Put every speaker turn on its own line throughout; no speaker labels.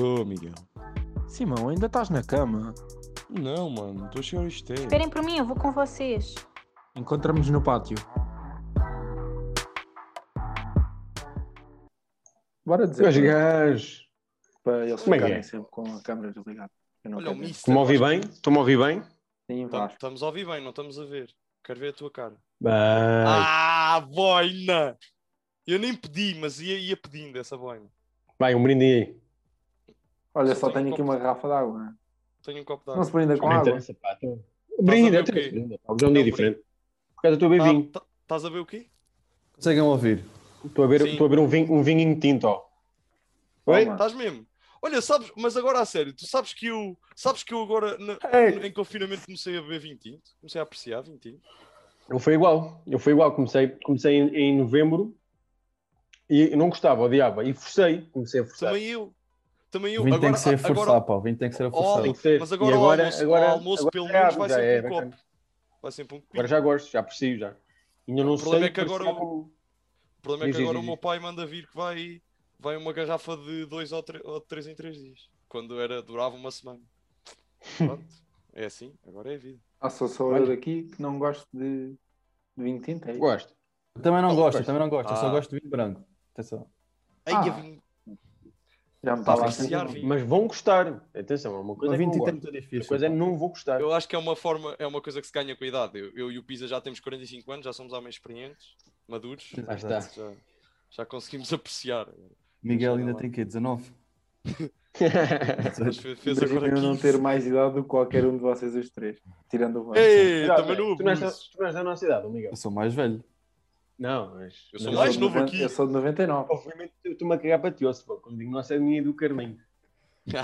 Ô, Miguel.
Simão, ainda estás na cama?
Não, mano, estou a chegar ao esteio.
Esperem por mim, eu vou com vocês.
Encontramos no pátio.
Bora dizer.
Meus
é.
gajos.
Para eles
Como é que
ficarem
é?
sempre com a câmera desligada. Eu não
Olha, o
quero ver.
Mister.
Tu me ouvi bem? Tu me ouvi bem?
Sim, Vasco.
tá- Estamos a ouvir bem, não estamos a ver. Quero ver a tua cara.
Bem.
Ah, boina! Eu nem pedi, mas ia, ia pedindo essa boina.
Vai, um brinde aí.
Olha,
Só
só
tenho
tenho aqui uma
copo.
garrafa de água. né?
Tenho um copo de
Não se
água.
brinda com
Não
água.
interessa, Ah, pá. então. Brinde,
ver o
até
quê?
brinde. pá, Hoje é um dia
Não,
diferente. Por causa do teu bevinho.
Tá- tá- Estás a ver o quê?
Conseguem ouvir?
Estou a ver,
Sim.
estou a ver um, vinho, um vinhinho tinto, ó.
Toma.
Oi?
Estás mesmo? Olha, sabes, mas agora a sério, tu sabes que eu, sabes que eu agora na- em confinamento comecei a beber vinho tinto, comecei a apreciar um? vinho tinto.
Eu fui igual. Eu fui igual. Comecei, comecei em, em novembro e não gostava, odiava. E forcei. Comecei a forçar.
Também eu. Também eu.
O vinho tem
Agora-
que ser
agora-
forçado, pá. O vinho tem que ser
Tem
forçado.
que ser.
Mas agora,
E
o
agora-
almoço,
agora-
o almoço
agora
pelo
já
menos vai
já
sempre
é,
um
vai
copo. Vai sempre um copo.
Agora já gosto, já aprecio, já. Ainda não
O problema
sei
é que agora
apreciar
o-
o-
O problema é que
Diz, diz,
agora
diz,
o meu
diz.
pai manda vir que vai, vai uma garrafa de dois ou, tre- ou de três em três dias. Quando era, durava uma semana. Pronto. é assim, agora é a vida.
Ah, sou só
Olha.
eu daqui que não gosto de, de vinho tinto. É isso?
Gosto.
Eu também não
Ah,
gosto, eu
gosto.
também não gosto. Eu
Ah.
só gosto de vinho branco. Atenção.
Ai,
Ah,
eu vim-
Já me
Tá
estava a
a viciar,
sentir.
vinho.
Mas vão gostar. Atenção, é uma coisa
O
é que
vinho
não
tinto
gosto.
é muito
Outra
difícil.
coisa é
pá.
não vou gostar.
Eu acho que é uma forma, é uma coisa que se ganha com a idade. Eu, eu e o Pisa já temos 45 anos, já somos homens experientes, maduros.
Lá está.
Já, já conseguimos apreciar.
Miguel
Deixa
ainda
lá.
tem que 19.
Mas
18.
fe- fez agora
Imagina eu não
15.
ter mais idade do que qualquer um de vocês os três. Tirando o Vasco.
Ei,
Cuidado,
também
velho.
não
tu, não és da,
abuses.
tu não és da nossa idade, Miguel.
Eu sou mais velho.
Não, mas.
Eu
Eu
sou
sou
mais
de
novo
noventa-
aqui.
Eu sou de 99.
Obviamente, eu estou-me a cagar para ti, ó, se for. Quando digo nossa, é a minha e do Carlinho.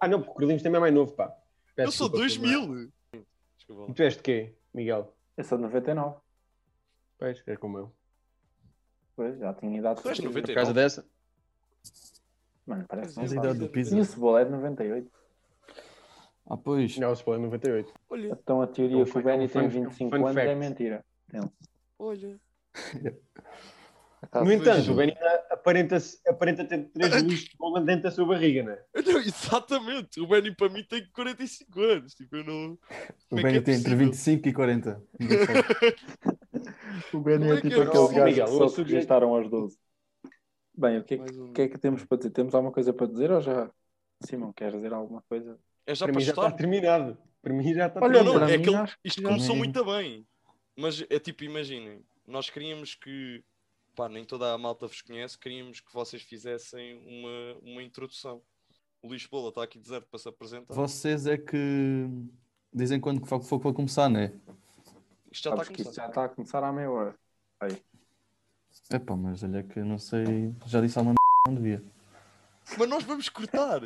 Ah, não, porque o Carlinhos também é mais novo, pá. Peço
Eu sou
desculpa,
2000.
E
Desculpa.
tu és de quê, Miguel?
Eu sou de 99.
Pois, é como eu.
Pois, já tinha idade.
Tu és
de
90.
Por causa dessa?
Mano, parece que
Mas
não
Mas a
sabe.
idade do
E o
Pisa.
Cebola é de 98.
Ah, pois.
Não, o Sport é 98.
Olha,
Então a teoria
É um
que
fun-
o Benny
é um
tem
fun-
25
é um fun
anos é
fact.
mentira.
olha.
Acaso-
no entanto,
vejo.
o Benina aparenta, aparenta ter 3 luzes de bola dentro da sua barriga, né?
Não, exatamente. O Benny para mim tem 45 anos. Tipo, eu não. Como
O
é que
Benny
é
tem entre
possível?
25 e 40.
O Benny
Como
é
é que
tipo
eu-
aqueles
Oh,
gajos
Miguel,
que
eu
só se
sugiro-
registaram aos 12. Bem, o que, é que,
Mais um.
o que é que temos para dizer? Temos alguma coisa para dizer ou já? Simão, queres dizer alguma coisa?
É já
Para
para
mim já tá está
estar.
terminado. Para mim já está
Olha,
Não,
terminado.
não,
para
é
mim,
que ele-
acho que
isto
já
começou
é.
muito bem. Mas é tipo, imaginem, nós queríamos que. Pá, nem toda a malta vos conhece, queríamos que vocês fizessem uma, uma introdução. O Lisboa está aqui deserto para se apresentar.
Vocês é que dizem quando que foi para começar, não é?
Isto já tá está a
Sabes que isto
começar.
já está a começar à meia hora.
Epá, mas olha que eu não sei. Já disse alguma m... não devia.
Mas nós vamos cortar.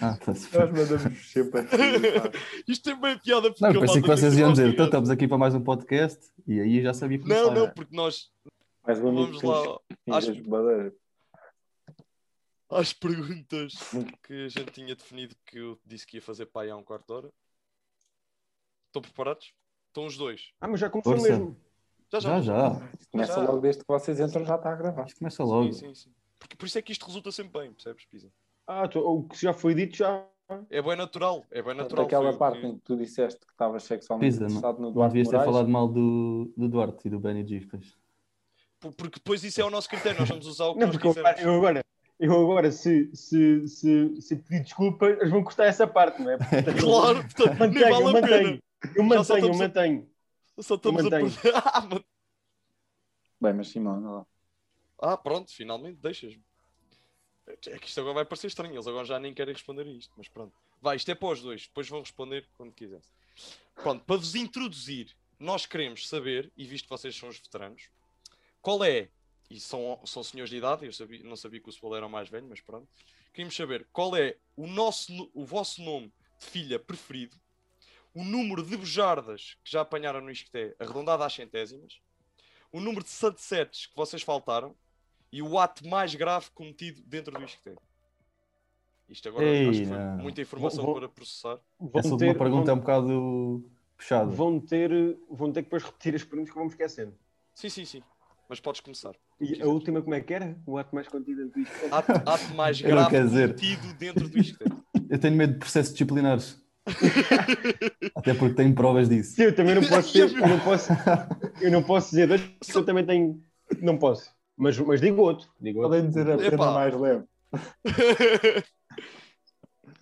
Ah, tá-se bem.
Nós mandamos sempre assim, tá. a decidir, pá.
Isto tem bem piada porque
Não,
a
eu pensei
malta
que
tem
vocês
sempre
iam
a
dizer, então
ouvir.
estamos aqui para mais um podcast e aí já sabia começar. né?
Não, não, porque nós
Mais um amigo
vamos
que nos
lá às,
finge badeiras.
às perguntas que a gente tinha definido que eu disse que ia fazer para aí há um quarto de hora. Estão preparados? Estão os dois.
Ah, mas já começou
Força.
mesmo.
Já, já.
Já, já.
Começa
Já.
logo desde que vocês entram, já está a gravar.
Isto começa logo.
Sim, sim, sim. Porque por isso é que isto resulta sempre bem, percebes, Pisa?
Ah, tu- o que já foi dito já.
É bem natural, é bem natural. foi
Daquela
o
parte
que-
em que tu disseste que estavas sexualmente
Pisa, não-
interessado no
Não
Duarte
devias ter
Moraes.
falado mal do, do Duarte e do Benny G, pois.
Por- Porque depois isso é o nosso critério, nós vamos usar o que
Não,
nós
porque eu
quisermos.
agora, eu agora, eu agora se, se, se, se pedir desculpa, eles vão cortar essa parte, não é? Portanto,
Claro, portanto, nem
Mantenho,
vale a
mantenho.
pena. Já
Eu
só
mantenho, eu
estamos a-
mantenho.
Só estamos a
mantenho.
perder. Ah, man-
Bem, mas Simão, não.
Ah, pronto, finalmente deixas-me. É que isto agora vai parecer estranho, eles agora já nem querem responder a isto, mas pronto. Vai, isto é para os dois, depois vão responder quando quiser. Pronto, para vos introduzir, nós queremos saber, e visto que vocês são os veteranos, qual é, e são, são senhores de idade, eu sabia- não sabia que o Sebol era o mais velho, mas pronto. Queríamos saber qual é o, nosso, no- o vosso nome de filha preferido, o número de bujardas que já apanharam no Isqueté, arredondado às centésimas, o número de sunsets que vocês faltaram, e o ato mais grave cometido dentro do isqueté. Isto agora
Ei,
acho que foi um
não.
muita informação
Vou- vou-
para processar.
Vão
Essa última
ter-
pergunta é um
vão-
bocado puxada.
vão ter, vão ter que depois repetir as perguntas que vamos esquecendo.
Sim, sim, sim. Mas podes começar.
E a última, como é que era? O ato mais contido do isto.
Ato, ato mais
Ah, Eu não
grave
quero dizer.
cometido dentro do é. isqueiro.
Eu tenho medo de processos disciplinares. Até porque tenho provas disso.
Sim, eu também não posso dizer, eu não posso, eu não posso dizer dois, porque eu também tenho. Não posso. Mas, mas digo outro. Digo outro.
Podem dizer a pena
Epá.
mais leve.
Vá,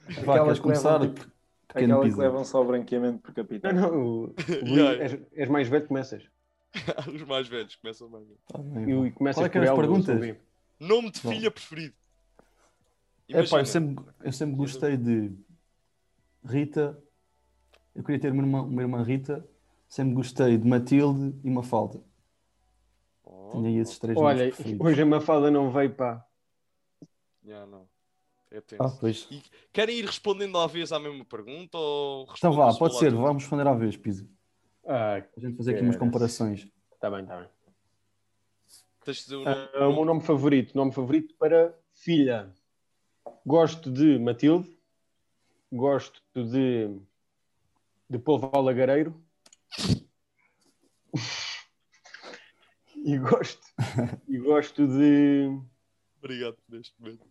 Aquelas
queres
que
começar?
levam,
Pe- Pequeno
Aquela que
piso.
levam só o branqueamento por capitão.
Não, não. o- o Luís,
é.
és, és mais velho, começas.
Os mais velhos começam mais velhos.
Tá bem,
E,
vá.
e começas
Qual é que
por
eram as
ela,
perguntas?
Silvinho.
Nome de
Bom.
filha preferido.
É pá,
Imagina.
eu sempre, eu sempre gostei de Rita. Eu queria ter uma irmã, uma irmã Rita. Sempre gostei de Matilde e Mafalda.
Oh,
Tinha aí esses três
Olha,
nomes preferidos.
hoje a Mafalda não veio, pá.
Já, não. É tenso.
Ah, pois.
Querem ir respondendo à vez à mesma pergunta ou
Então vá,
respondem-se
pode
uma
ser.
lá-
Vamos responder à vez, Piso.
Ah,
A gente fazer aqui
Caraças.
umas comparações.
tá bem, tá bem.
Tens de dizer o
Ah,
nome.
o meu nome favorito, nome favorito para filha. Gosto de Matilde, gosto de, de Polvo Lagareiro e gosto, e gosto de
Obrigado neste momento.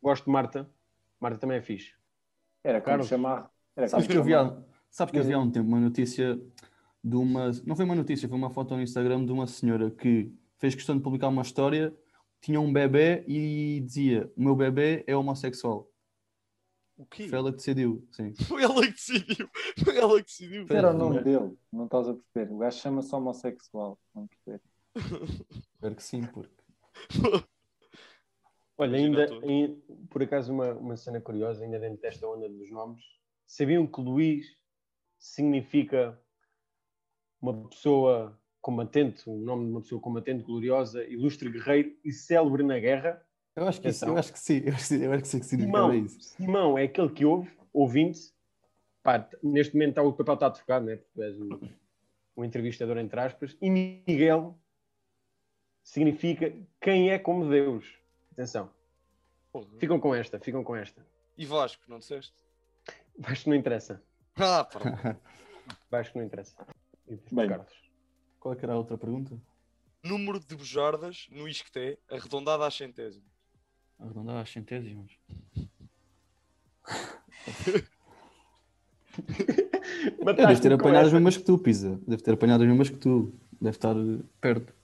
gosto de Marta. Marta também é fixe.
Era como
Carlos.
chamar. Era
Sabes que
como
eu vi
chamar.
há, sabes que eu vi há um tempo uma notícia de uma. Não foi uma notícia, foi uma foto no Instagram de uma senhora que fez questão de publicar uma história, tinha um bebê e dizia: O meu bebê é homossexual.
O quê?
Foi ela que decidiu, sim.
Foi ela que decidiu. Foi ela que decidiu.
Era o
Não
nome
é?
dele, não estás a perceber. O gajo chama-se homossexual. Não percebes.
Espero que sim, porque.
Olha,
Imagina
ainda,
tudo.
ai- por acaso uma, uma cena curiosa, ainda dentro desta onda dos nomes. Sabiam que Luís significa uma pessoa combatente, o nome de uma pessoa combatente, gloriosa, ilustre guerreiro e célebre na guerra?
Eu acho que isso, eu
Então.
acho que sim, eu acho que, eu acho que sim que significava
Simão,
isso.
Simão é aquele que ouve, ouvinte. Pá, t- neste momento tá- o papel está trocado, né? Porque tu és o, o entrevistador, entre aspas. E Miguel significa quem é como Deus. Atenção,
Porra.
ficam com esta, ficam com esta.
é? E Vasco, não disseste?
Acho que não interessa.
Ah, pronto.
Acho que não interessa. E depois
Bem.
Carlos.
Qual é que era a outra pergunta?
Número de bujardas no isqueté arredondado à centésima.
Arredondar às centésimas. Eu devo
Mataste-me
ter
com
apanhado as
esta.
mesmas que tu, Pisa. Devo ter apanhado as mesmas que tu. Deve estar eh, perto.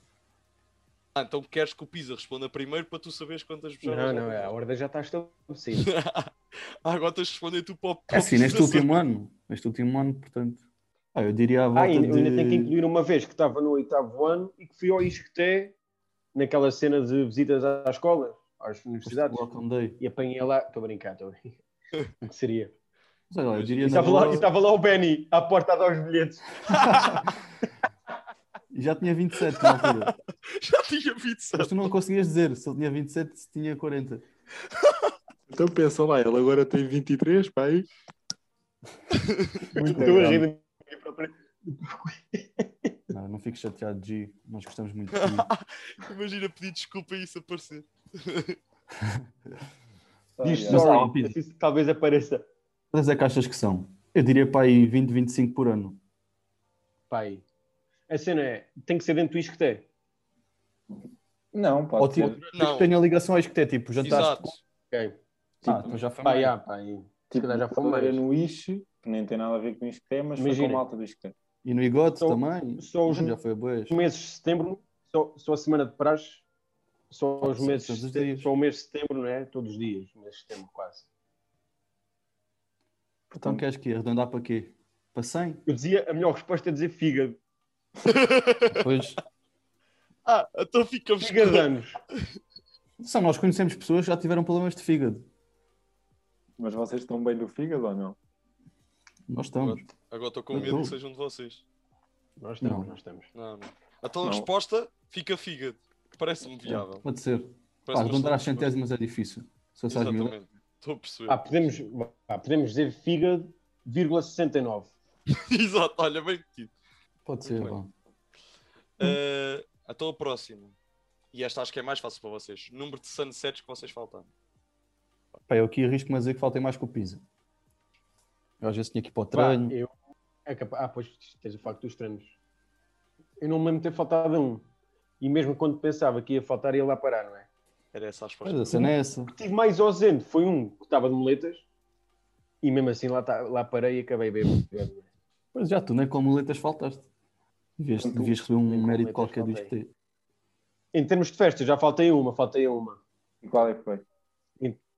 Ah, então queres que o Pisa responda primeiro para tu saberes quantas
Não,
um-
bujardas
não, é, a ordem já está estabelecida.
Ah, agora tens de responder tu para o
É assim, neste último ano. Neste último ano, portanto. Ah, eu diria à volta
Ah, ainda, eu ainda tenho que
de...
incluir uma vez que estava no oitavo ano e que fui ao Isqueté naquela cena de visitas à escola, às universidades,
Welcome Day.
e apanhei lá. Estou a brincar, estou a brincar. O que seria?
Sei lá, eu
E
diria na
estava, lá,
boa-
e estava lá o Benny à porta a dar os bilhetes.
Já tinha 27 na altura.
Já tinha 27.
Mas tu não conseguias dizer se ele tinha 27, se tinha 40.
Então pensa lá, ele agora tem 23, pai.
Muito
Estou
bem.
a rir da minha própria-
Não, não fico chateado, G. Nós gostamos muito de ti.
Imagina pedir desculpa e isso aparecer.
Diz
Olha,
Mas, ah,
sorry,
Pisa.
assim talvez apareça.
Quantas é que achas que são? Eu diria para aí 20, 25 por ano.
Pai, a cena é, tem que ser dentro do Isqueté.
Não,
Ou
pode
tipo,
ser.
não.
Não,
tenho a ligação ao esqueté, tipo, jantares.
exato.
Ok.
Ah, então já foi
Pai,
mais.
ah, pai.
Tipo,
calhar já
já
foi
foi
mais.
no Ixe, que nem tem nada a ver com isto que tem, mas foi
Imagina.
com a malta do Isque.
E no Igote
Só-
também. Então
Só os
Já foi boas.
os meses de setembro, só, só a semana de praxe, só os
Só-
meses,
todos os
de setembro-
dias.
só o mês de setembro, não é? Todos os dias, o mês de setembro quase.
Então queres que arredondar para quê? Para 100?
Eu dizia, a melhor resposta é dizer fígado,
Pois.
Ah, então ficamos
fígado de anos.
Só nós conhecemos pessoas que já tiveram problemas de fígado.
Mas vocês estão bem do fígado ou não?
Nós estamos.
Agora estou com
Eu
medo
tô.
que sejam de vocês.
Nós estamos,
Não.
nós estamos.
Não, não. Então a
Não.
resposta fica fígado. Parece-me viável.
Pode ser. Pá,
Parece
arredondar às
bastante
centésimas é difícil. Se fosse às mil.
Exatamente. Estou a perceber.
Ah, podemos, ah, podemos dizer fígado, vírgula 69.
Exato, olha, bem metido.
Pode ser.
Muito
vá.
Ah, então a próxima. E esta acho que é mais fácil para vocês. Número de sunsets que vocês faltaram.
Pá, eu aqui arrisco-me a dizer que faltem mais que o Pisa. Eu às vezes tinha que ir para o
Pá,
treino.
eu, é capaz, ah, pois, tens o facto dos treinos. eu não me lembro de ter faltado a um. E mesmo quando pensava que ia faltar, ia lá parar, não é?
Era essa a resposta.
Pois a cena é essa.
tive mais ausente foi um que estava de moletas e mesmo assim lá, tá- lá parei e acabei bem.
Pois já, tu nem com muletas faltaste. Devias,
Tanto-
devias receber
nem
um
com
mérito
muletas
qualquer disto.
faltei. Em termos de festa, já faltei uma, faltei uma.
E qual é que foi?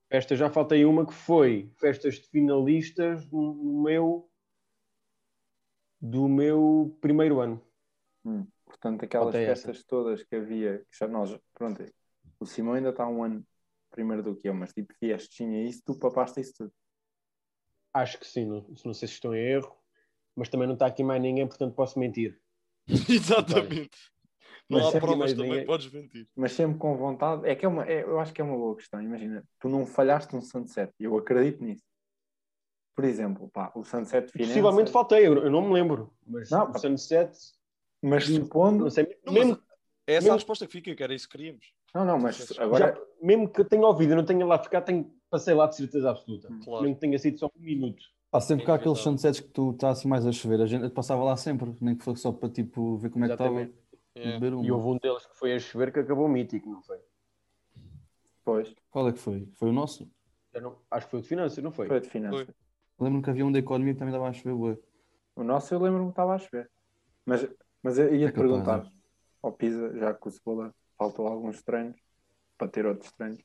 Festa já faltei uma que foi festas de finalistas do meu do meu primeiro ano.
Portanto, aquelas
Faltei essa.
festas todas que havia, que já nós, pronto, o Simão ainda está um ano primeiro do que eu, mas tipo, vieste, tinha isso, tu papaste isso tudo.
Acho que sim, não, não sei se estou em erro, mas também não está aqui mais ninguém, portanto posso mentir.
Exatamente.
Mas
Não há
sempre
provas
mais
também,
ninguém-
podes mentir.
Mas sempre com vontade, é que é uma, é- eu acho que é uma boa questão, imagina, tu não falhaste um sunset, eu acredito nisso. Por exemplo, pá, o sunset de Firenze,
Possivelmente faltei, eu, eu não me lembro, mas
Não,
o Sunset,
mas supondo,
não sei,
Não, mas-
mesmo,
É essa
Mesmo-
a resposta que fica, que era isso que queríamos.
não, não, mas
já-
agora,
mesmo que eu tenha ouvido e não tenha lá ficado, tenho, passei lá de certeza absoluta.
Claro.
Mesmo que tenha sido só um minuto.
Há sempre que há aqueles
Inevitável.
sunsets que tu está assim mais a chover. A gente eu passava lá sempre, nem que fosse só para tipo ver como é que estava
Exatamente.
e
É.
beber uma.
E houve um deles que foi a chover que acabou mítico, não foi?
depois,
Qual é que foi? Foi o nosso?
Eu não- acho que foi o de finanças, não foi?
foi de finanças.
Lembro-me que havia um da economia que também estava a chover, bué.
O nosso eu lembro-me que estava a chover. Mas, mas eu ia
É
te
capaz,
perguntar ao Pisa, já que o Cebola faltou alguns treinos, para ter outros treinos,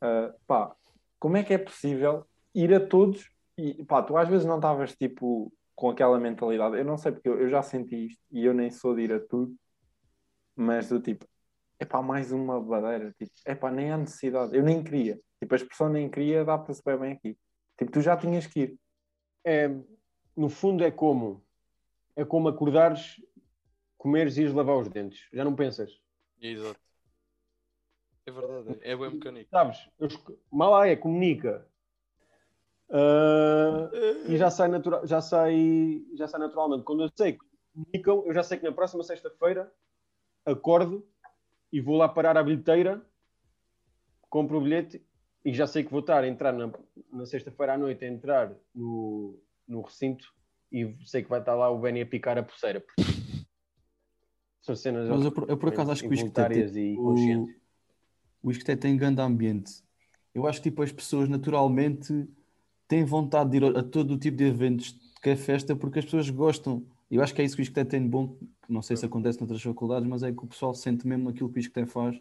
ah, pá, como é que é possível ir a todos e pá, tu às vezes não estavas tipo com aquela mentalidade, eu não sei porque eu, eu já senti isto e eu nem sou de ir a tudo, mas do tipo, é pá, mais uma badeira, tipo, é pá, nem há necessidade, eu nem queria, tipo, a expressão nem queria dá para se bem aqui, tipo, tu já tinhas que ir,
É, no fundo é como é como acordares, comeres e ires lavar os dentes. Já não pensas.
Exato. É verdade, é, é bem mecânico.
Sabes? Eu esco- Malaya comunica. Ah, e já sai, natura- já, sai, já sai naturalmente. Quando eu sei que comunicam, eu já sei que na próxima sexta-feira acordo e vou lá parar à bilheteira, compro o bilhete e já sei que vou estar a entrar na, na sexta-feira à noite a entrar no, no recinto e sei que vai estar lá o Benny a picar a pulseira. porque São cenas
Mas eu por, eu por acaso acho que o é tipo Isqueté
involuntárias e
o,
conscientes.
o Isqueté tem grande ambiente. Eu acho que tipo, as pessoas naturalmente têm vontade de ir a, a todo o tipo de eventos que é festa porque as pessoas gostam. Eu acho que é isso que o Isqueté tem de bom. que Não sei se acontece noutras faculdades, mas é que o pessoal sente mesmo aquilo que o Isqueté faz.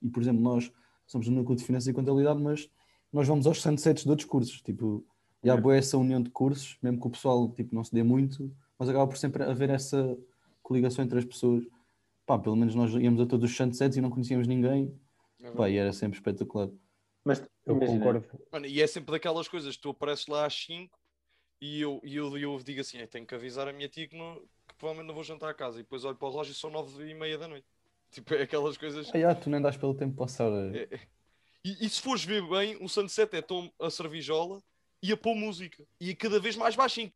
E, por exemplo, nós somos no núcleo de finanças e contabilidade, mas nós vamos aos sunsets de outros cursos. Tipo, e há boa essa união de cursos, mesmo que o pessoal tipo, não se dê muito, mas acaba por sempre haver essa coligação entre as pessoas. Pá, pelo menos nós íamos a todos os sunsets e não conhecíamos ninguém.
É verdade.
Pá, e era sempre espetacular.
mas
Eu
imagina,
concordo.
Mano, e é sempre daquelas coisas, tu apareces lá às 5 e eu, e eu, e eu digo assim, "Ei, tenho que avisar a minha tia que, não- que provavelmente não vou jantar a casa. E depois olho para o relógio e são 9 e meia da noite. Tipo, é aquelas coisas...
Ah, já, tu nem dás pelo tempo passar. eh.
É. E, e se fores ver bem, o sunset é tão a cervejola e a pôr música. E é cada vez mais baixinho.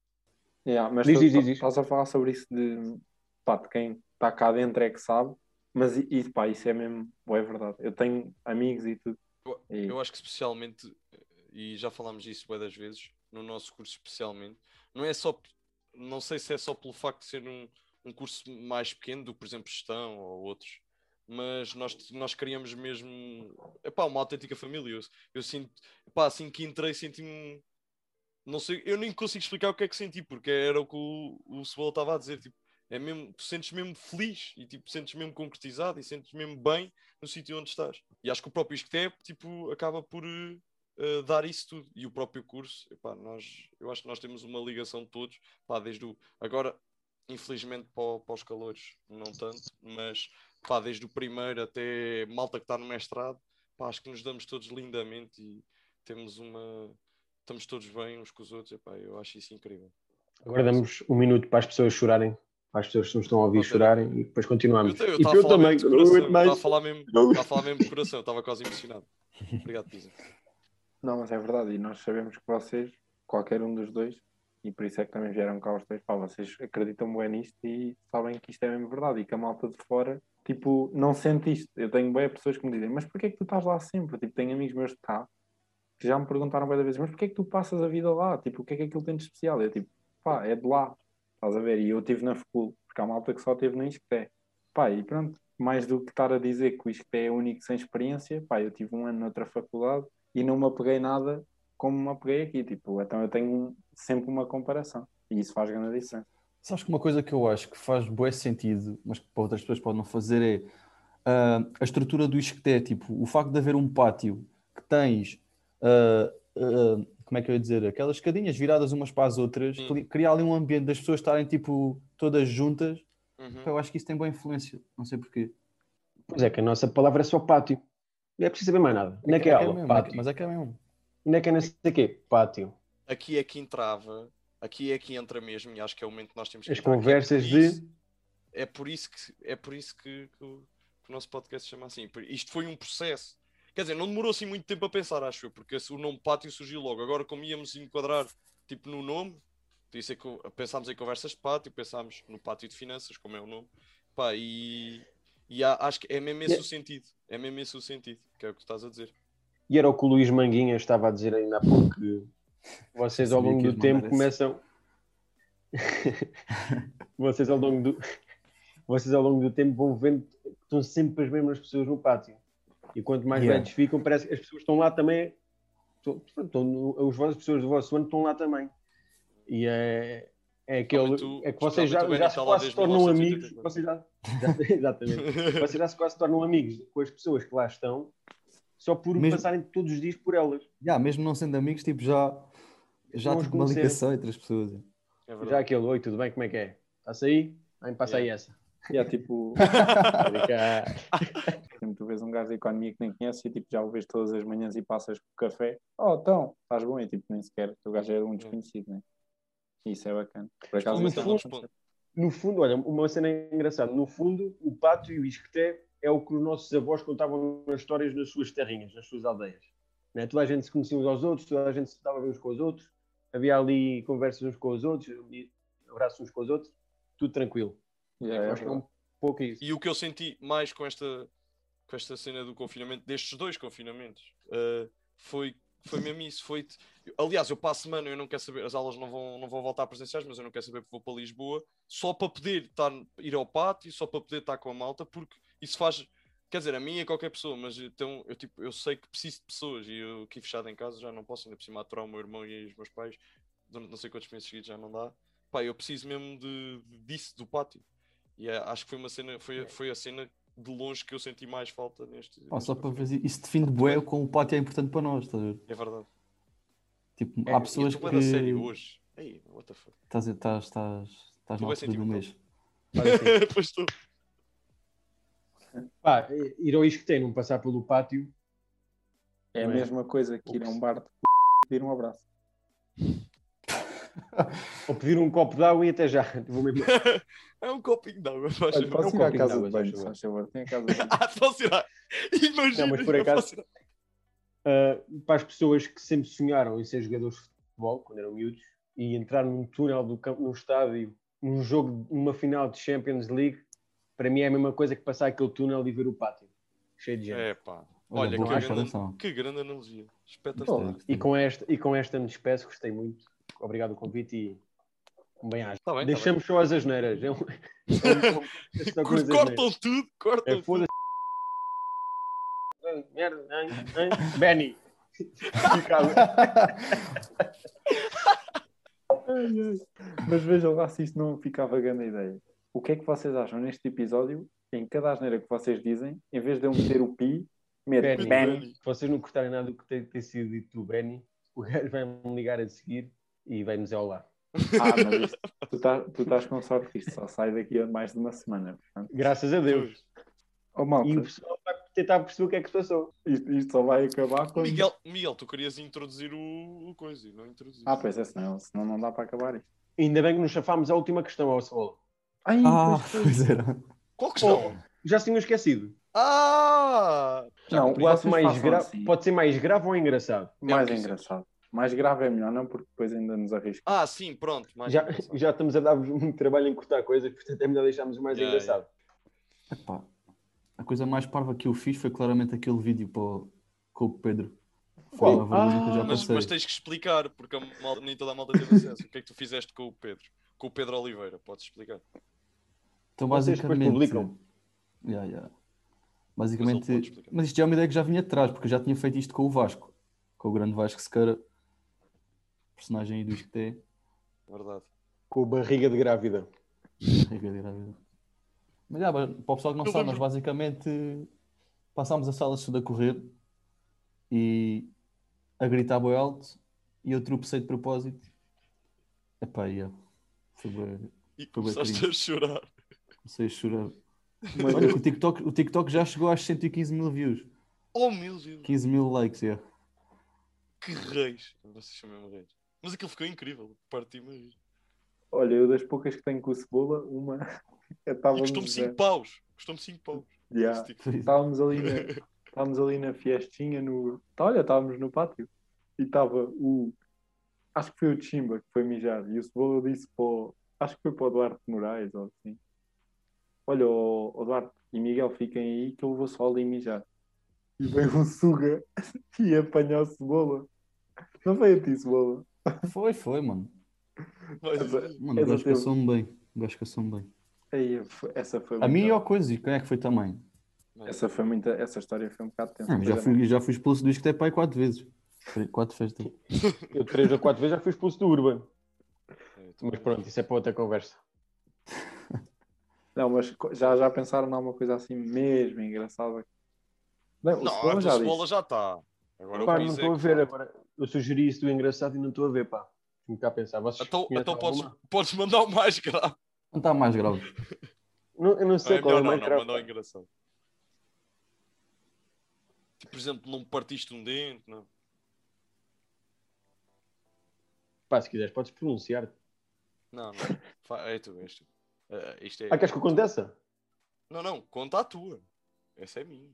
Yeah, mas
Diz,
tu
diz, diz, diz.
estás a falar sobre isso de, pá, de quem está cá dentro é que sabe, mas i- isso, pá, isso é mesmo, é verdade. Eu tenho amigos e tudo. E-
Eu acho que especialmente, eh, e já falámos disso várias vezes, no nosso curso especialmente, não é só, p- não sei se é só pelo facto de ser um, um curso mais pequeno do que, por exemplo, gestão ou outros, mas nós, nós criamos mesmo, epá, uma autêntica família. Eu, eu sinto, epá, assim que entrei senti-me, um, não sei, eu nem consigo explicar o que é que senti, porque era o que o, o Cebola estava a dizer, tipo, é mesmo, tu sentes mesmo feliz e tipo, sentes mesmo concretizado e sentes mesmo bem no sítio onde estás. E acho que o próprio Isquetep, tipo, acaba por eh, eh, dar isso tudo. E o próprio curso, epá, nós, eu acho que nós temos uma ligação todos, pá, desde o... Agora, infelizmente, para, o- para os calores, não tanto, mas, pá, desde o primeiro até malta que está no mestrado, pá, acho que nos damos todos lindamente e temos uma... Estamos todos bem uns com os outros, epá, eu acho isso incrível.
Agora damos um minuto para as pessoas chorarem, para as pessoas que nos estão a ouvir
Ok.
chorarem e depois
Eu,
continuamos.
eu
e
estava a
eu
falar
também,
mesmo
que
de
não
coração, eu
aguento
estava a
mais.
falar mesmo, estava a falar mesmo de coração, estava quase emocionado. Obrigado, Pisa.
Não, mas é verdade, e nós sabemos que vocês, qualquer um dos dois, e por isso é que também vieram cá os dois, pá, vocês acreditam bem nisto e sabem que isto é mesmo verdade e que a malta de fora, tipo, não sente isto. Eu tenho bem pessoas que me dizem, mas porquê é que tu estás lá sempre? Tipo, tenho amigos meus de cá que já me perguntaram várias vezes, mas porquê é que tu passas a vida lá? Tipo, o que é que aquilo tem de especial? Eu, tipo, pá, é de lá, estás a ver? E eu estive na FCUL, porque há malta que só teve na ISCTE. Pá, e pronto, mais do que estar a dizer que o ISCTE é único sem experiência, pá, eu tive um ano noutra faculdade e não me apeguei nada como me apeguei aqui. Tipo, então eu tenho um- sempre uma comparação e isso faz grande diferença.
Sabes que uma coisa que eu acho que faz bué sentido, mas que para outras pessoas podem não fazer, é ah, a estrutura do isqueté, tipo, o facto de haver um pátio que tens, ah, ah, como é que eu ia dizer, aquelas escadinhas viradas umas para as outras,
Sim.
cri- criar ali um ambiente das pessoas estarem, tipo, todas juntas,
Uhum.
eu acho que isso tem boa influência, não sei porquê.
Pois é, que a nossa palavra é só pátio. Não é preciso saber mais nada. Onde é que é
que
aula?
mesmo,
pátio.
mas é que é mesmo.
Onde é que é não sei quê? Pátio.
Aqui é que entrava, aqui é que entra mesmo, e acho que é o momento que nós temos que
As
entrar, que é
conversas
por
de-
isso- É por isso que, é por isso que, que o, que o nosso podcast se chama assim. Por- Isto foi um processo. Quer dizer, não demorou assim muito tempo a pensar, acho eu, porque esse- o nome pátio surgiu logo. Agora, como íamos enquadrar tipo no nome, disse que pensámos em conversas de pátio, pensámos no pátio de finanças, como é o nome, pá, e, e há- acho que é mesmo esse
Yeah.
o sentido. É mesmo esse o sentido, que é o que tu estás a dizer.
E era o que o Luís Manguinha estava a dizer ainda há pouco que vocês ao
Sabia
longo
que ias
do tempo
mandar esse.
começam. vocês ao longo do. Vocês ao longo do tempo vão vendo que estão sempre as mesmas pessoas no pátio. E quanto mais
Yeah.
velhos ficam, parece que as pessoas estão lá também. Estão, estão no- os vossos- as pessoas do vosso ano estão lá também. E é, é aquele.
Principalmente o-
é que vocês já,
principalmente o
já se
Benito
quase
Alades,
se tornam amigos.
1984.
Vocês já, já- exatamente vocês já se quase tornam amigos com as pessoas que lá estão só por
Mesmo-
passarem todos os dias por elas.
Já, mesmo não sendo amigos, tipo, já, já
Não os
tipo, uma
conhecer.
ligação entre as pessoas.
É
Já
verdade.
aquele, oi, tudo bem, como é que é? Está-se aí? Aí me passa aí essa.
E é tipo,
Olha cá.
Por exemplo, tu vês um gajo da economia que nem conheces e tipo, já o vês todas as manhãs e passas por café. Oh, então, estás bom? E tipo, nem sequer, o gajo era
É.
um desconhecido, né? E Isso é bacana. Por acaso,
Como
no
isso é
então não
fundo-
bacana.
responde?
No fundo, olha, uma cena engraçada. No fundo, o pato e o isqueté é o que os nossos avós contavam nas histórias nas suas terrinhas, nas suas aldeias. Né? Toda a gente se conhecia uns aos outros, toda a gente se dava bem uns com os outros, havia ali conversas uns com os outros, ali abraços uns com os outros, tudo tranquilo.
Yeah,
Eu
é
acho que é
verdade.
um pouco isso.
E o que eu senti mais com esta, com esta cena do confinamento, destes dois confinamentos, eh, foi, foi mesmo isso. Foi, de- aliás, eu para a semana eu não quero saber, as aulas não vão, não vão voltar presenciais, mas eu não quero saber porque vou para Lisboa, só para poder estar, ir ao pátio, só para poder estar com a malta, porque isso faz. Quer dizer, a mim e a qualquer pessoa, mas então eu, tipo, eu sei que preciso de pessoas e eu aqui fechado em casa já não posso, ainda por cima aturar o meu irmão e os meus pais durante não sei quantos meses seguidos já não dá. Pá, eu preciso mesmo de, disso, do pátio. E é, acho que foi uma cena, foi, foi a cena de longe que eu senti mais falta neste.
Pá, só
neste
para
confinamento.
ver, isso define bué como o pátio é importante para nós, estás a ver?
É verdade.
Tipo,
É,
há
e
pessoas
e tu
que...
bué da série hoje. Ei, what the fuck.
Estás, estás, estás, estás
Tu
na
vais
altura
sentir
do
muito.
mês.
Faz assim.
pois tu.
Pá, ir ao isqueté, não passar pelo pátio,
É a
Não é?
mesma coisa que ir a um bar de p... pedir um abraço.
ou pedir um copo de água e até já. Vou mesmo-
É um copinho de água, faz
Olha,
favor.
posso
um
ir à
copinho de
casa
água,
de
já
banho,
chegou.
se faz favor? Tem a casa de banho.
Ah, posso ir lá. Imagina.
Não, mas por
eu
acaso-
posso ir lá.
Uh, para as pessoas que sempre sonharam em ser jogadores de futebol, quando eram miúdos, e entrar num túnel do campo, num estádio, num jogo, numa final de Champions League, para mim é a mesma coisa que passar aquele túnel e ver o pátio, cheio de gente.
É pá. Olha,
Olha, boa
que, grande,
comparação.
que grande analogia.
Gostei,
Espetacular.
gostei.
E com esta, e com esta me despeço, gostei muito. Obrigado pelo convite e um bem aja.
Tá bem, tá
Deixamos só as asneiras. É um... é um- só com
bem.
as asneiras.
Cortam tudo, cortam
É
tudo.
foda-se. Merda, hein, hein? Benny. Ficava.
Mas vejam lá se isto não ficava grande ideia. O que é que vocês acham neste episódio? Em cada asneira que vocês dizem, em vez de eu meter o pi, meto
Benny.
ben.
Se vocês não gostarem nada do que tem, tem sido dito do Benny, o gajo vai-me ligar a seguir e vai-me dizer olá.
Ah, mas isto, tu, tá- tu estás com sorte que isto só sai daqui a mais de uma semana. Portanto.
Graças a Deus.
Oh, malta,
E o pessoal vai tentar perceber o que é que se passou.
isto, isto só vai acabar quando...
Miguel, Miguel, tu querias introduzir o, o coisa e não introduziste.
Ah, pois é, senão, senão não dá para acabar isto.
Ainda bem que nos chafámos a última questão ao Sol.
Ai,
Ah,
pois é. foi.
pois
é.
era.
Qual questão?
Já se tinham esquecido.
Ah! Já
Não,
comprei.
o
Pode,
Vocês
mais
façam
gra-
assim.
pode ser mais grave ou engraçado.
mais
É um
engraçado. Mais grave é melhor, não? Porque depois ainda nos arriscamos.
Ah, sim, pronto. Mais
Já,
engraçado.
já estamos a dar-vos muito trabalho em cortar coisas, portanto é melhor deixarmos o mais
Yeah,
engraçado.
Epá, a coisa mais parva que eu fiz foi claramente aquele vídeo para o- com o Pedro. Foi
Qual?
uma vergonha que eu já
ah,
Mas,
passei.
mas tens que explicar, porque a malta- nem toda a malta teve acesso. O que é que tu fizeste com o Pedro? Com o Pedro Oliveira, podes explicar.
Então,
Vocês depois
basicamente,
publicam.
Ya, ya.
Mas ele pode
Basicamente, mas,
explicar.
isto já é uma ideia que já vinha de trás, porque eu já tinha feito isto com o Vasco, com o grande Vasco Sequeira, personagem aí do ISCTE.
Verdade.
Com barriga de grávida.
é Mas já, para o pessoal que não
Eu
sabe, nós
lembro-
basicamente passámos a sala de estudo a correr e a gritar boi alto e eu tropecei de propósito. Epá, e eu foi bué-
E
Foi bué
começaste
triste.
a chorar.
comecei a chorar.
Mas
Olha, que o TikTok, o TikTok já chegou às 115 mil views,
Oh meu Deus,
15 mil likes, é.
que reis! Vocês são mesmo reis. Mas aquilo ficou incrível. Parti-me a rir.
Olha, eu das poucas que tenho com o Cebola, uma é
E
estávamos,
custou-me
a-
5 paus. Custou-me 5 paus.
Yeah.
Esse tipo.
Foi isso.
Estávamos ali na, estávamos ali na fiestinha no. tá, Olha, estávamos no pátio e estava o. Acho que foi o Chimba que foi mijar e o Cebola disse para o- Acho que foi para o Duarte Moraes ou assim. Olha, o, Duarte e Miguel fiquem aí que eu vou só ali mijar. E vem um suga e apanha o Cebola. Não foi a ti, Cebola.
Ah, Foi, foi, mano.
Mas,
eh,
Mano, o
Essa
gajo
teve.
caçou-me bem. O gajo caçou-me bem.
Aí, f- essa foi
A mim
muito-
ou coisa, e quem é que foi também?
Essa foi muita. Essa história foi um bocado tensa.
Ah, já, fui, já fui expulso do ISCTE pai quatro vezes. Três- Quatro festas.
Eu três ou quatro vezes já fui expulso do Urban.
é, então-
Mas pronto, isso é para outra conversa.
Não, mas co- já, já pensaram numa coisa assim mesmo engraçada?
é
Não, o
Não,
Cebola
a
já
já
disse.
bola já está. Agora
Pá,
o
não
Luís é
estou a
que
ver
tá.
agora. Eu sugeri isso do engraçado e não estou a ver, pá. Tenho cá a pensar. Vocês
Então,
conhecem
então podes,
alguma?
podes mandar o mais grave.
Não está mais grave.
Não, eu não
Ah,
sei
é
qual
melhor
é o
não,
mais
não,
grave.
mandar o engraçado. Tipo, por exemplo, não partiste um dente, não.
Pá, se quiseres, podes pronunciar.
Não, não. Fa- É tu, és tu. Ah, isto é.
Ah, queres que eu conte essa?
Não, não, conta a tua. Essa é minha.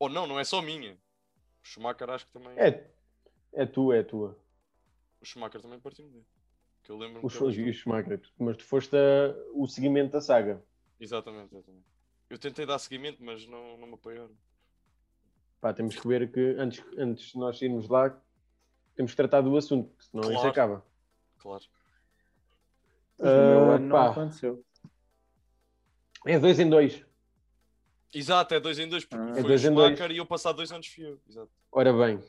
Ou não, não é só minha. O Schumacher acho que também.
É, é tua, é tua.
O Schumacher também partiu um dente. Que eu lembro-me.
O
que ele-
Shoji e o Schumacher. Mas tu foste a- o seguimento da saga.
Exatamente, exatamente. Eu tentei dar seguimento, mas não, não me apoiaram.
Pá, temos que ver que antes, antes de nós irmos lá, temos que tratar do assunto, porque senão isso
Claro.
acaba.
Claro.
Mas no meu
Ah,
ano não
pá.
aconteceu.
É dois em dois.
Exato, é dois em dois, porque
Ah.
foi
É dois
o
em dois.
Schumacher e eu passar dois anos fui eu. Exato.
Ora bem,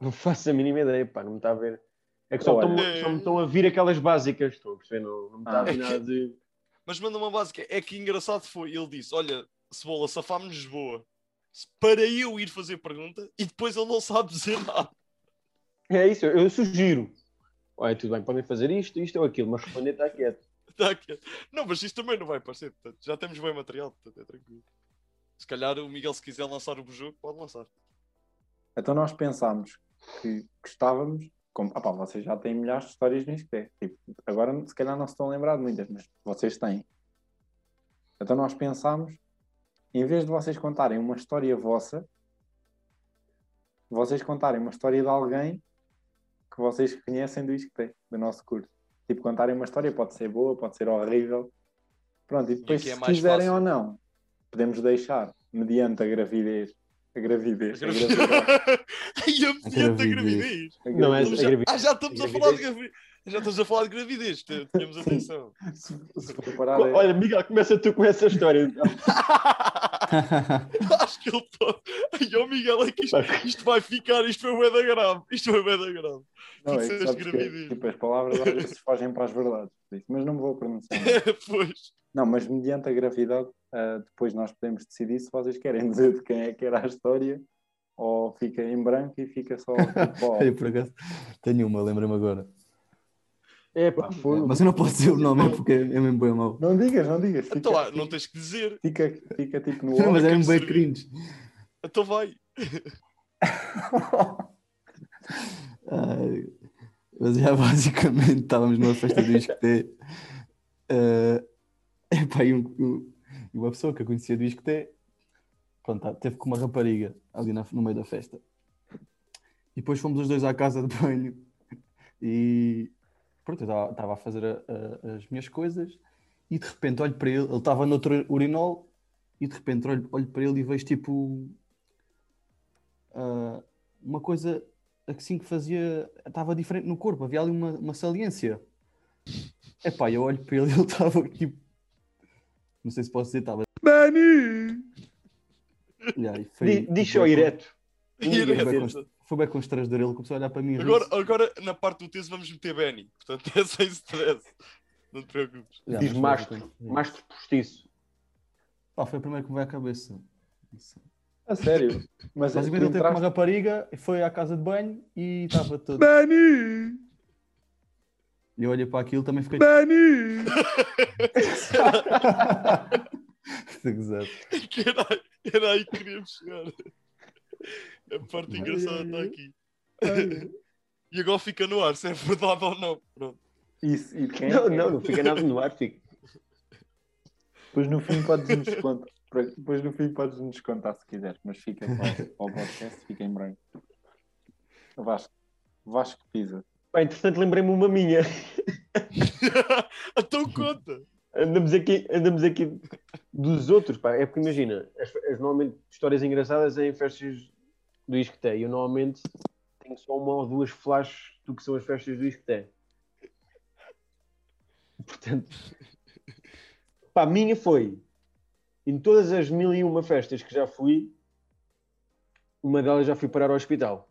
não faço a mínima ideia, pá, não me está a ver. É que só,
Olha.
me estão- só me estão a vir aquelas básicas, estou a perceber, não, não me está
Ah.
a vir nada de.
Mas manda uma básica. É que engraçado foi. Ele disse: Olha, Cebola, safámos Lisboa. Para eu ir fazer pergunta e depois ele não sabe dizer nada.
É isso, eu sugiro. Olha, tudo bem, podem fazer isto, isto ou aquilo, mas responder está quieto.
Tá aqui. Não, mas isto também não vai aparecer. Portanto, já temos bem material, portanto, é tranquilo. Se calhar o Miguel, se quiser lançar o jogo, pode lançar.
Então nós pensámos que gostávamos. Como, ah pá, vocês já têm milhares de histórias no Instagram. Tipo, agora se calhar não se estão a lembrar de muitas, mas vocês têm. Então nós pensámos, em vez de vocês contarem uma história vossa, vocês contarem uma história de alguém que vocês conhecem do ISCTE, do nosso curso. Tipo, contarem uma história, pode ser boa, pode ser horrível. Pronto, e depois,
que é
se
mais
quiserem
fácil.
ou não, podemos deixar, mediante a gravidez. A
É
gravidez. A gravidez.
Ai, a tá mediante a
gravidez.
gravidez.
A
Não é
gravidez.
a
Já-
gravidez.
Ah, já estamos a
A
falar de gravidez. Já estamos a falar de gravidez. te- Tínhamos atenção.
Se, se reparar, é-
Olha, Miguel, começa tu com essa história.
Acho que ele está. Ai, ó Miguel, é que isto, isto vai ficar. Isto foi bué da grave. Isto foi bué da grave.
não, é,
tu
que
disseste
sabes que,
gravidez.
tipo, as palavras às vezes fogem para as verdades, por isso, mas não me vou pronunciar.
pois.
Não, mas mediante a gravidade, ah, depois nós podemos decidir se vocês querem dizer de quem é que era a história ou fica em branco e fica só tipo, futebol.
Olha, por acaso, tenho uma, lembra-me agora.
É pá, foi.
Mas eu não posso dizer o nome, é porque é mesmo bem mau.
Não digas, não digas. Fica,
Então lá, não tens que dizer.
fica, fica, tipo no
Não,
off.
mas é
que
mesmo bem
absurdo.
cringe.
Então vai.
Ai, Ah, mas já basicamente estávamos numa festa do ISCTE. Uh, epá, e, um- um- e uma pessoa que eu conhecia do ISCTE pronto, tá, teve com uma rapariga ali na- no meio da festa. E depois fomos os dois à casa de banho e pronto, eu estava a fazer a- a- as minhas coisas e de repente olho para ele, ele estava noutro urinol e de repente olho, olho para ele e vejo tipo ah, uma coisa assim que fazia estava diferente no corpo, havia ali uma, uma saliência. Epá, eu olho para ele e ele estava tipo. Não sei se posso dizer, estava.
Dani!
Yeah, e foi-
Di- Diz só
foi-
direto.
Foi bem,
Direto.
const- foi bem constrangedor. Ele começou a olhar para mim. e
Agora,
riu-se.
agora, na parte do texto, vamos meter Benny. Portanto, é sem stress. Não te preocupes.
Yeah,
Diz
mas foi
mastro.
bastante-
Mastro postiço.
Pá, foi o primeiro que me veio à cabeça.
A sério. Mas tu
Basicamente, ele teve com uma
entraste-
rapariga, foi à casa de banho e estava todo.
Dani!
E eu olhei para aquilo também fiquei.
Dani!
Se quiser.
Que era, era aí que queríamos chegar. A parte engraçada está aqui. E agora fica no ar se é verdade ou não. Pronto.
Isso, e quem, é
Não, não, não fica nada no ar, fica.
Depois no fim podes nos desconto. Depois no fim podes nos descontar se quiseres, mas fica ao, ao podcast, fica em branco. Vasco, Vasco Pisa.
Pá, entretanto, lembrei-me uma minha. Uhum.
então conta.
Andamos aqui, andamos aqui dos outros, pá. É porque imagina, as, as normalmente histórias engraçadas é em festas do Isqueté. Eu normalmente tenho só uma ou duas flashes do que são as festas do Isqueté. Portanto, pá, a minha foi em todas as mil e uma festas que já fui, uma delas já fui parar ao hospital.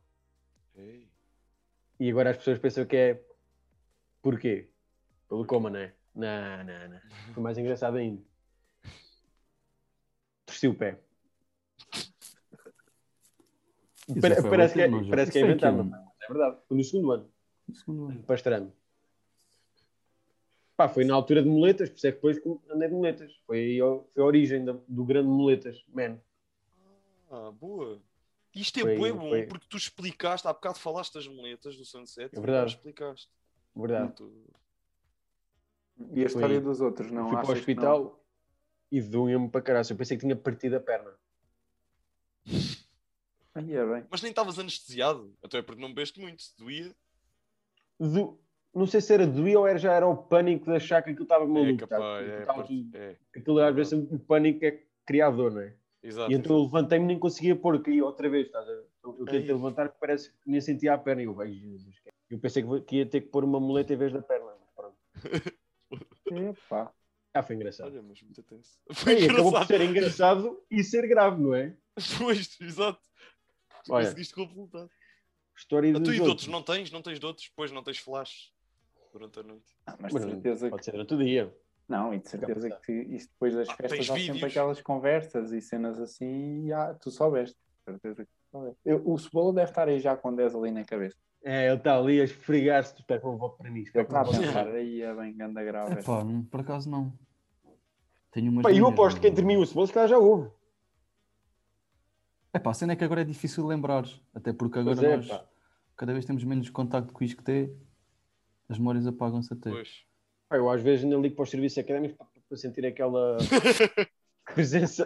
E agora as pessoas pensam que é porquê? Pelo coma, não é? Não, não, não. Foi mais engraçado ainda. Torci o pé.
Isso
Pare-
já foi
parece, que é,
ótimo, já.
parece que é
Isso foi
inventado,
aqui,
mas é verdade. Foi no segundo ano,
no segundo ano.
no pastrame. Pá, foi na altura de moletas, por isso é que depois que andei de moletas. Foi, aí ao- foi a origem da- do grande moletas, man.
Ah, boa. Isto é
Foi-
bué bom,
foi.
porque tu explicaste, há bocado falaste das moletas do Sunset.
É verdade. É.
Tu explicaste.
Verdade.
Tu-
E a história
Foi-
dos outros, não
Fui para o
achas que não?
hospital e doía-me para caralho. Eu pensei que tinha partido a perna.
Aí é bem.
Mas nem estavas anestesiado. Até porque não bebeste muito. Se doía,
do- não sei se era doía ou era, já era o pânico de achar que aquilo estava
é
maluco.
capaz.
sabe?
É,
Aquilo tava
parte-
tudo-
é,
aquilo às vezes o pânico é criador, não é?
exato.
E então eu levantei-me e nem conseguia pôr, caí outra vez, estás a ver? Então, Eu, eu tentei
Ei.
levantar que parece que nem sentia a perna. E eu, vai, Jesus, que- é-" eu pensei que, vou- que ia ter que pôr uma muleta em vez da perna. Mas pronto.
Epá.
Ah, foi engraçado.
Olha, mas muito tenso. Foi
Ei, acabou por
engraçado.
ser engraçado e ser grave, não é?
Pois, exato.
Olha.
Conseguiste completar.
História
A
dos
tu e de outros
outros.
não tens? Não tens de outros? Pois não tens flash durante a noite.
Ah, mas de
Mas
certeza que.
Pode ser outro dia.
Não, e de certeza que isto depois das
Ah,
festas
tens
há sempre
vídeos?
aquelas conversas e cenas assim e ah, tu soubeste. de Certeza que tu soubeste. Eu- o Cebola deve estar aí já com 10 ali na cabeça.
É, ele está ali a esfregar-se. Tu espera que eu não vou para mim.
Ele
Espera que eu
está a
não vou para mim.
pensar, aí é bem ganda grave.
É pá, não- por acaso não. Tenho umas.
Pá, eu
minhas,
aposto que
mas-
entre mim e o Cebolas, se calhar já houve.
É pá, a cena é que agora é difícil lembrar. Até porque agora
Pois é,
nós
pá.
cada vez temos menos contacto com o ISCTE, as memórias apagam-se até.
Pois.
Pá, eu às vezes ainda ligo para os serviços académicos para, para sentir aquela presença.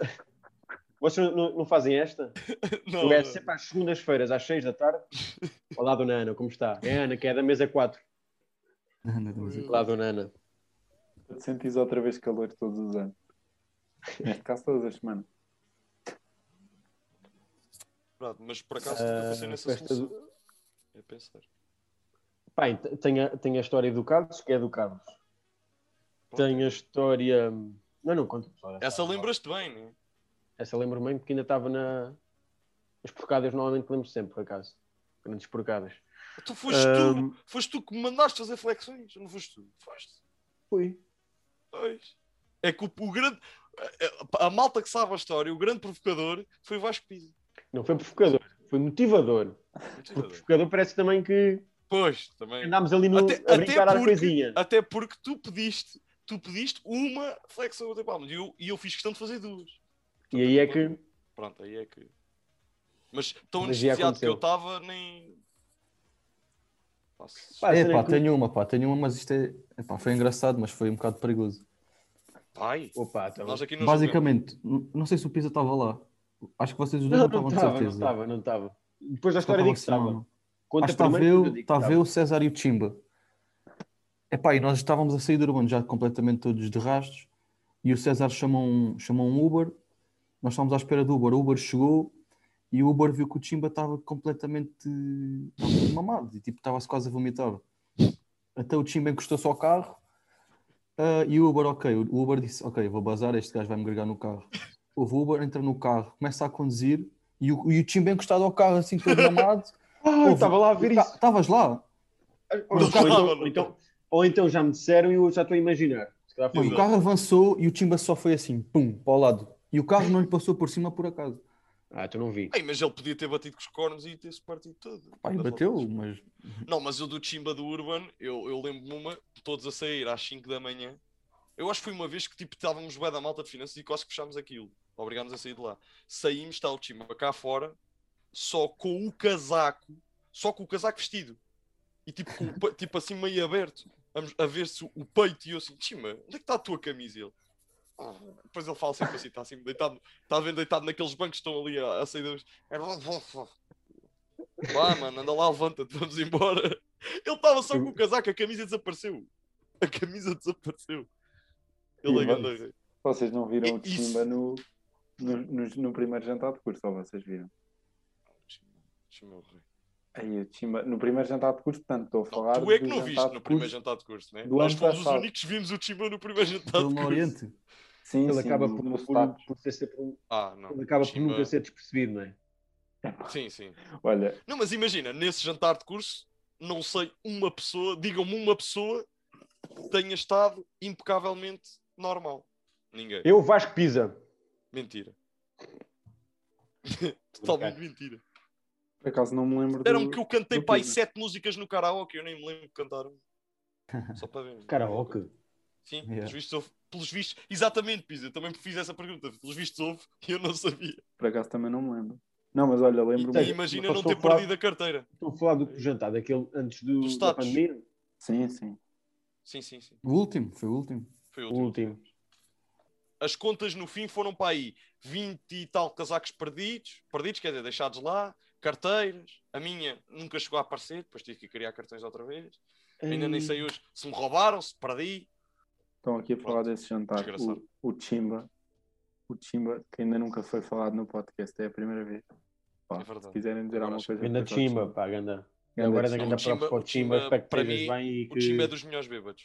Vocês não- não, não fazem esta?
Não,
Eu é
não.
sempre às segundas-feiras, às seis da tarde. Olá, dona Ana, como está? É a Ana, que é da mesa 4.
Anda, estamos aqui.
Hum. Olá, dona Ana.
Tu Sentis outra vez calor todos os anos. Neste caso, todas as semanas.
Verdade, mas por acaso
Ah,
nunca pensei nessa
festa
solução. É pensar.
Pá, e te- tem a, tem a história do Carlos, que é do Carlos. Tem a história. Não, não conto, pessoal.
Essa lembras-te bem, não é?
Essa lembro-me bem porque ainda estava na. As porcadas, normalmente lembro sempre, por acaso. Grandes porcadas.
Tu foste
Ahm.
tu, foste tu que me mandaste fazer flexões, não foste tu? Foste.
Fui.
Pois. É que o, o grande. é, A, a- a malta que sabe a história, o grande provocador, foi o Vasco Pisa.
Não foi provocador, foi motivador. Porque provocador parece também que
Pois, também.
andámos ali no,
Até-
a
até
brincar à
porque-
coisinha.
Até porque tu pediste, tu pediste uma flexão de palmas e eu, e eu fiz questão de fazer duas.
E aí é que
Pronto, aí é que. Mas tão
Mas já
anestesiado que
aconteceu.
eu estava, nem. Pá, se-
Pá, a
É
cena
pá,
é que-
tenho uma, pá, tenho uma, mas isto é. é pá, foi engraçado, mas foi um bocado perigoso.
Pai,
Opa, então.
nós é aqui não
Basicamente, n- não sei se o Pisa estava lá. Acho que vocês os dois
Não,
não,
não
estavam de
estava, não
certeza.
estava, não estava. Depois da
Acho que
história digo que
estavam assim,
estava.
não.
Conta
Acho que estava
primeiro,
eu,
depois digo que
estava eu, César e o Chimba. Epá, e nós estávamos a sair do urbano já completamente todos de rastos. E o César chamou um, chamou um Uber. Nós estávamos à espera do Uber. O Uber chegou e o Uber viu que o Chimba estava completamente estava mamado e tipo, estava-se quase a vomitar. Até o Chimba encostou-se ao carro ah, e o Uber, ok. O Uber disse: Ok, vou bazar, este gajo vai me gregar no carro. O Uber entra no carro, começa a conduzir e o, e o Chimba encostado ao carro assim programado.
Ah,
Ouve, Tá.
estava lá a ver isso.
Estavas lá?
Ou
Não
então-
estava, não
ou então- ou então já me disseram e eu já estou a imaginar. Se calhar foi um-
Mano, o
isso.
carro avançou e o Chimba só foi assim, pum, para o lado. E o carro não lhe passou por cima por acaso.
Ah, tu não vi.
Ei, mas ele podia ter batido com os cornos e ter-se partido todo.
Pai,
Da
bateu,
volta.
mas.
Não, mas eu do Chimba do Urban, eu, eu lembro-me uma, todos a sair às 5 da manhã. Eu acho que foi uma vez que tipo, estávamos bué da malta de finanças e quase que fechámos aquilo. Obrigámos a sair de lá. Saímos, está o Chimba cá fora, só com o casaco, só com o casaco vestido. E tipo, com o pe- tipo assim meio aberto, vamos a ver-se o peito e eu assim, Chimba, onde é que está a tua camisa? E ele, "Ah." Depois ele fala sempre assim, está assim deitado, está a ver deitado naqueles bancos que estão ali a, a sair dos... É, Vá, mano, anda lá, levanta-te, vamos embora. Ele estava só com o casaco, a camisa desapareceu. A camisa desapareceu. Ele
E
é
vamos.
grande.
Vocês não viram o
E- isso-
Chimba no, no, no- no primeiro jantar de curso, ou vocês viram?
Deixa-me eu ver.
Aí o Chimba, no primeiro jantar de curso, portanto, estou a
Não,
falar.
tu é que
do
não
jantar
viste
de
no primeiro
curso.
jantar de curso, né?
do
Nós
ano
fomos os
passado.
únicos que vimos o Timba no primeiro jantar
Pelo
de
no
curso.
Oriente.
Sim,
Ele
sim,
acaba
no-
por,
no
por-
status.
por ter sempre um-
Ah, não.
ele acaba por
Chimba-
nunca ser despercebido, não é?
Sim, sim.
Olha,
Não, mas imagina, nesse jantar de curso, não sei, uma pessoa, digam-me uma pessoa que tenha estado impecavelmente normal. Ninguém.
Eu, Vasco Pisa.
Mentira. Totalmente mentira.
por acaso não me lembro.
Deram
do...
que eu cantei
do
para aí
Pisa.
sete músicas no karaoke, eu nem me lembro de cantar uma. Só para ver.
Karaoke.
Sim,
Yeah.
pelos vistos houve. Pelos vistos, exatamente, Pisa, eu também fiz essa pergunta. Pelos vistos houve e eu não sabia.
Por acaso também não me lembro. Não, mas olha,
E,
lembro-me.
e imagina
mas
não
estou
ter
a falar-
perdido a carteira.
Estão a falar do jantar daquele antes do,
Dos
da
status.
pandemia?
Sim, sim.
Sim, sim, sim.
O último, foi o último.
Foi o
O
último.
último.
As contas no fim foram para aí 20 e tal casacos perdidos, perdidos, quer dizer, deixados lá, carteiras. A minha nunca chegou a aparecer, depois tive que criar cartões outra vez. Ainda nem
Hum.
sei hoje se me roubaram, se perdi.
Estão aqui a falar desse jantar.
Desgraçado.
O, o Chimba. O Chimba, que ainda nunca foi falado no podcast, é a primeira vez. Pá,
É verdade.
se quiserem dizer
Agora
alguma
acho
coisa.
Ganda
depois ao
Chimba, pá, ganda.
Ganda
Agora da
Não,
ganda
o Chimba-
para o
o Chimba,
Chimba, espero que
para
estejas
mim,
bem e
O time é
que...
dos melhores bêbados.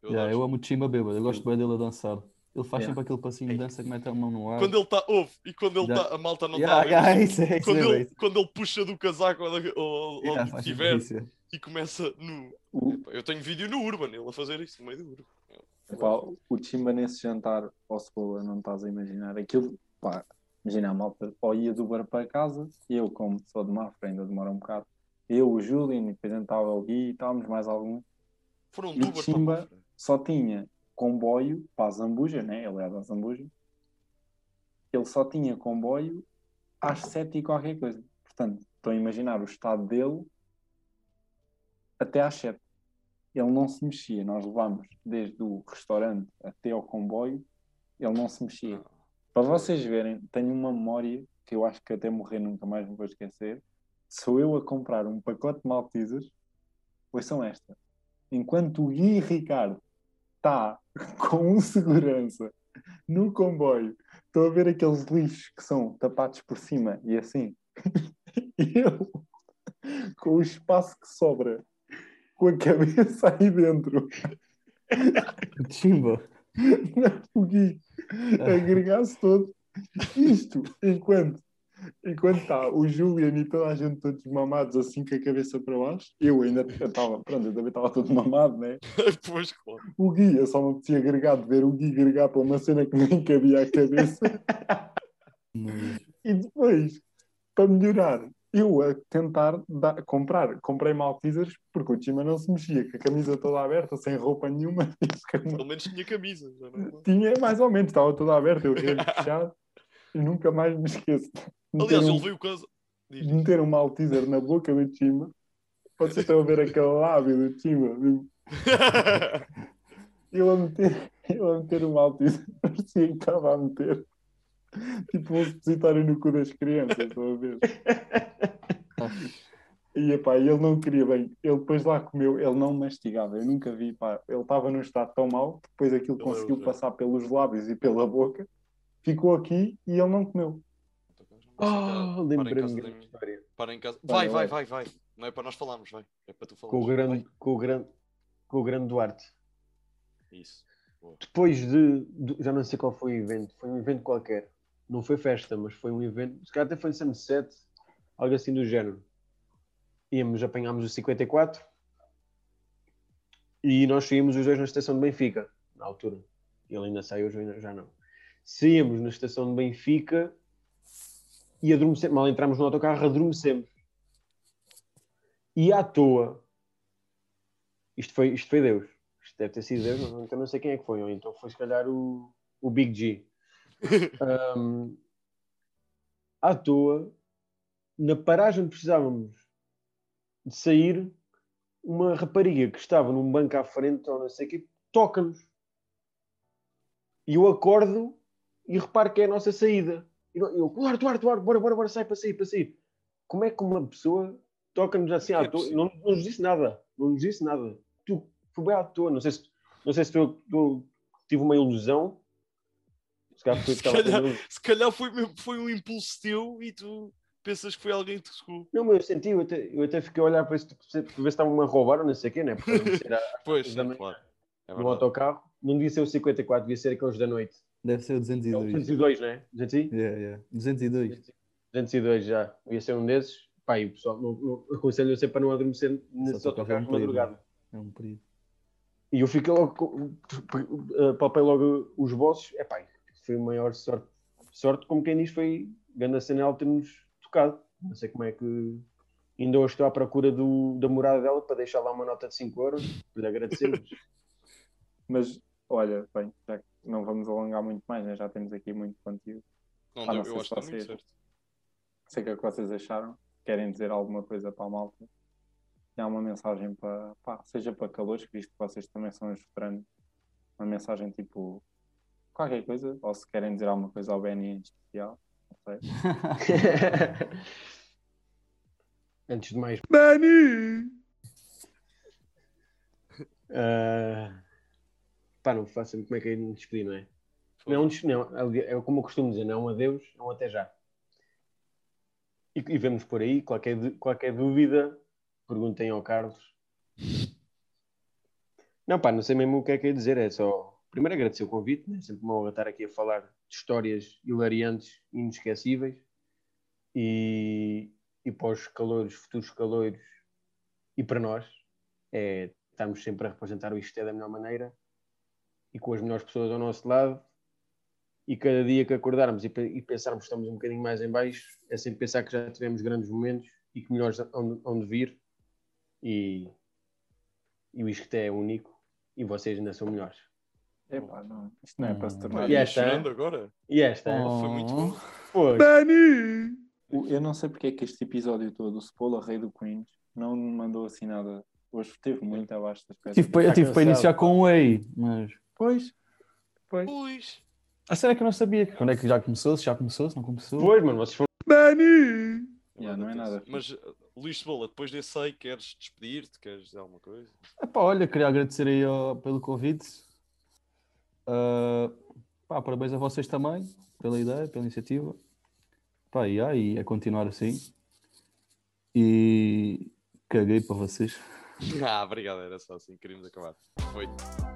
Eu
Yeah,
adoro
eu amo o Chimba bêbado, eu gosto bem dele a dançar. Ele faz
Yeah.
sempre aquele passinho de dança que mete a mão no ar.
Quando ele está, ouve, e quando ele
Yeah.
está, a malta não está
Yeah, yeah, é isso, é isso
quando,
mesmo, é
ele,
isso.
quando ele puxa do casaco ou, da- ou- ou
Yeah,
do que
faz
tiver
sempre isso, é.
e começa no.
O-
Epá, Eu tenho vídeo no Urban, ele a fazer isso no meio do Urban.
Pá, o Chimba nesse jantar ao Cebola, não estás a imaginar. Aquilo, pá, imagina a malta, ou ia do bar para casa, eu, como sou de Mafra, ainda demora um bocado, eu, o Julian, e depois estava o Gui, e estávamos mais algum,
Foram
E o
duas
Chimba-
para
só tinha comboio para a Zambuja, né? Ele era da Zambuja, ele só tinha comboio às sete e qualquer coisa. Portanto, estão a imaginar o estado dele até às sete. Ele não se mexia. Nós levámos desde o restaurante até ao comboio, ele não se mexia. Para vocês verem, tenho uma memória que eu acho que até morrer nunca mais me vou esquecer. Sou eu a comprar um pacote de Maltesers, são esta. Enquanto o Gui Ricardo está com um segurança no comboio, estou a ver aqueles lixos que são tapados por cima e assim. E eu, com o espaço que sobra, com a cabeça aí dentro,
O Chimba.
o Gui agregar-se todo. Isto enquanto enquanto está o Julian e toda a gente todos mamados assim com a cabeça para baixo, eu ainda estava, pronto, eu também estava todo mamado, né?
Pois, claro.
O Gui, eu só me apetecia agregar de ver o Gui agregar para uma cena que nem cabia à cabeça.
Mas-
E depois, para melhorar, eu a tentar dar- comprar, comprei maltesers porque o Chima não se mexia, com a camisa toda aberta, sem roupa nenhuma, isso que é uma
Pelo menos tinha camisa. já não- é?
tinha mais ou menos, estava tudo aberto, eu tinha fechado e nunca mais me esqueço. de
Aliás,
meter
ele
um-
veio o caso. Diz.
de meter um malteser na boca do Chima. Vocês estão a ver aquele lábio do Chima. viu? Eu a meter, eu a meter um malteser, parecia que estava a meter. Tipo um supositório no cu das crianças, estão a ver? E epá, ele não queria bem. Ele depois lá comeu, ele não mastigava. Eu nunca vi, pá. Ele estava num estado tão mau que depois aquilo
Ele é
conseguiu
horrível.
passar pelos lábios e pela boca. Ficou aqui e ele não comeu.
Ah,
Para em casa da
lembrei-me da
minha-
história.
Para em casa. Vai,
Vai,
vai, vai, vai. Não é para nós falarmos, vai. É para tu falarmos.
Com o grande,
Vai.
com o grande, com o grande Duarte.
Isso.
Depois de, de- Já não sei qual foi o evento. Foi um evento qualquer. Não foi festa, mas foi um evento. Se calhar até foi em Sunset, algo assim do género. Íamos, apanhámos o 54 e nós saímos os dois na estação de Benfica, na altura. Ele ainda saiu, eu ainda- já não. Saímos na estação de Benfica e adormecemos. Mal entramos no autocarro, adormecemos. E à toa, isto foi, isto foi Deus. Isto deve ter sido Deus, não- então não sei quem é que foi. Ou então foi, se calhar, o, o Big G. Ahm, à toa, na paragem que precisávamos de sair, uma rapariga que estava num banco à frente, ou não sei o quê, toca-nos. E eu acordo e reparo que é a nossa saída. E eu, eu, Duarte, Duarte, Duarte, bora, bora, bora, sai para sair, para sair. Como é que uma pessoa toca-nos assim
É
à toa?
possível.
Não, não nos disse nada, não nos disse nada. Tu, foi bem à toa, não sei se, não sei se tu, tu- tive uma ilusão. Se calhar foi
Se
estava a ter uma
calhar-
ilusão.
Se calhar foi, mesmo- foi um impulso teu e tu pensas que foi alguém que te tocou.
Não, mas eu senti, eu até, eu até fiquei a olhar para isso, para ver se estavam a roubar ou não sei o quê, né? Porque eu disse, era
Pois,
Da
sim,
manhã.
claro. É
no
verdade.
autocarro. Não devia ser o 54, devia ser aqueles da noite.
Deve ser o
É o
202.
202, né? 200
Yeah, yeah. 202.
202 já. Devia ser um desses. Pá, e o pessoal, não, não, aconselho sempre para não adormecer nesses
Esse autocarro
autocarros
é um
de
perigo,
madrugada.
É um perigo.
E eu fiquei logo, com- eh, palpei logo os bosses. É pá, foi a maior sorte. Sorte, como quem diz, foi grande Sanel ter-nos tocado. Não sei como é que. Ainda hoje estou à procura do, da morada dela para deixar lá uma nota de 5 euros. Lhe agradecemos.
Mas, olha, bem, já que não vamos alongar muito mais, né? já temos aqui muito conteúdo.
Não,
Ah, não
deu-
sei
eu
se
acho que está muito
vocês-
certo.
Sei o que é que vocês acharam. Querem dizer alguma coisa para a malta? Há uma mensagem para, pá, seja para calores, que visto que vocês também são os veteranos, uma mensagem tipo qualquer coisa, ou se querem dizer alguma coisa ao Benny em especial, não sei.
Antes de mais,
Dani!
ah, pá, não faço como é que é de me despedir, não é? Não, é um des- não, ali- é como eu costumo dizer, não é um adeus, é um até já. E, e vemos por aí, qualquer, du- qualquer dúvida, perguntem ao Carlos. Não, pá, não sei mesmo o que é que é dizer, é só. Primeiro agradecer o convite, né? sempre uma honra estar aqui a falar de histórias hilariantes e inesquecíveis. E, e para os calores, futuros calores, e para nós, é, estamos sempre a representar o Isto é da melhor maneira e com as melhores pessoas ao nosso lado. E cada dia que acordarmos e, pe- e pensarmos que estamos um bocadinho mais em baixo, é sempre pensar que já tivemos grandes momentos e que melhores onde, onde vir. E, e o Isto é único e vocês ainda são melhores.
Epá, não, isto não é para se
Pá,
tornar.
E
ia
esta,
chorando agora?
E esta,
Oh.
Foi muito bom.
foi.
Dani!
O- Eu não sei porque é que este episódio todo, o Spola Rei do Queens, não me mandou assim nada. Hoje esteve muito abaixo das
Tive
expectativas.
pa- eu tive
Tá cansado,
para iniciar
pá.
com um Way, mas.
Pois, pois.
Pois.
A sério é que eu não sabia quando é que já começou, se já começou, se não começou.
Pois, mano, vocês foram.
Dani!
Yeah, não é nada fixe.
Mas, uh, Luís Cebola, depois desse aí, queres despedir-te? Queres dizer alguma coisa?
Epá, É olha, queria agradecer aí ó, pelo convite. Ah, pá, parabéns a vocês também pela ideia, pela iniciativa. Pá, e aí, é continuar assim. E caguei para vocês.
Ah, obrigado, era só assim, queríamos acabar. Foi.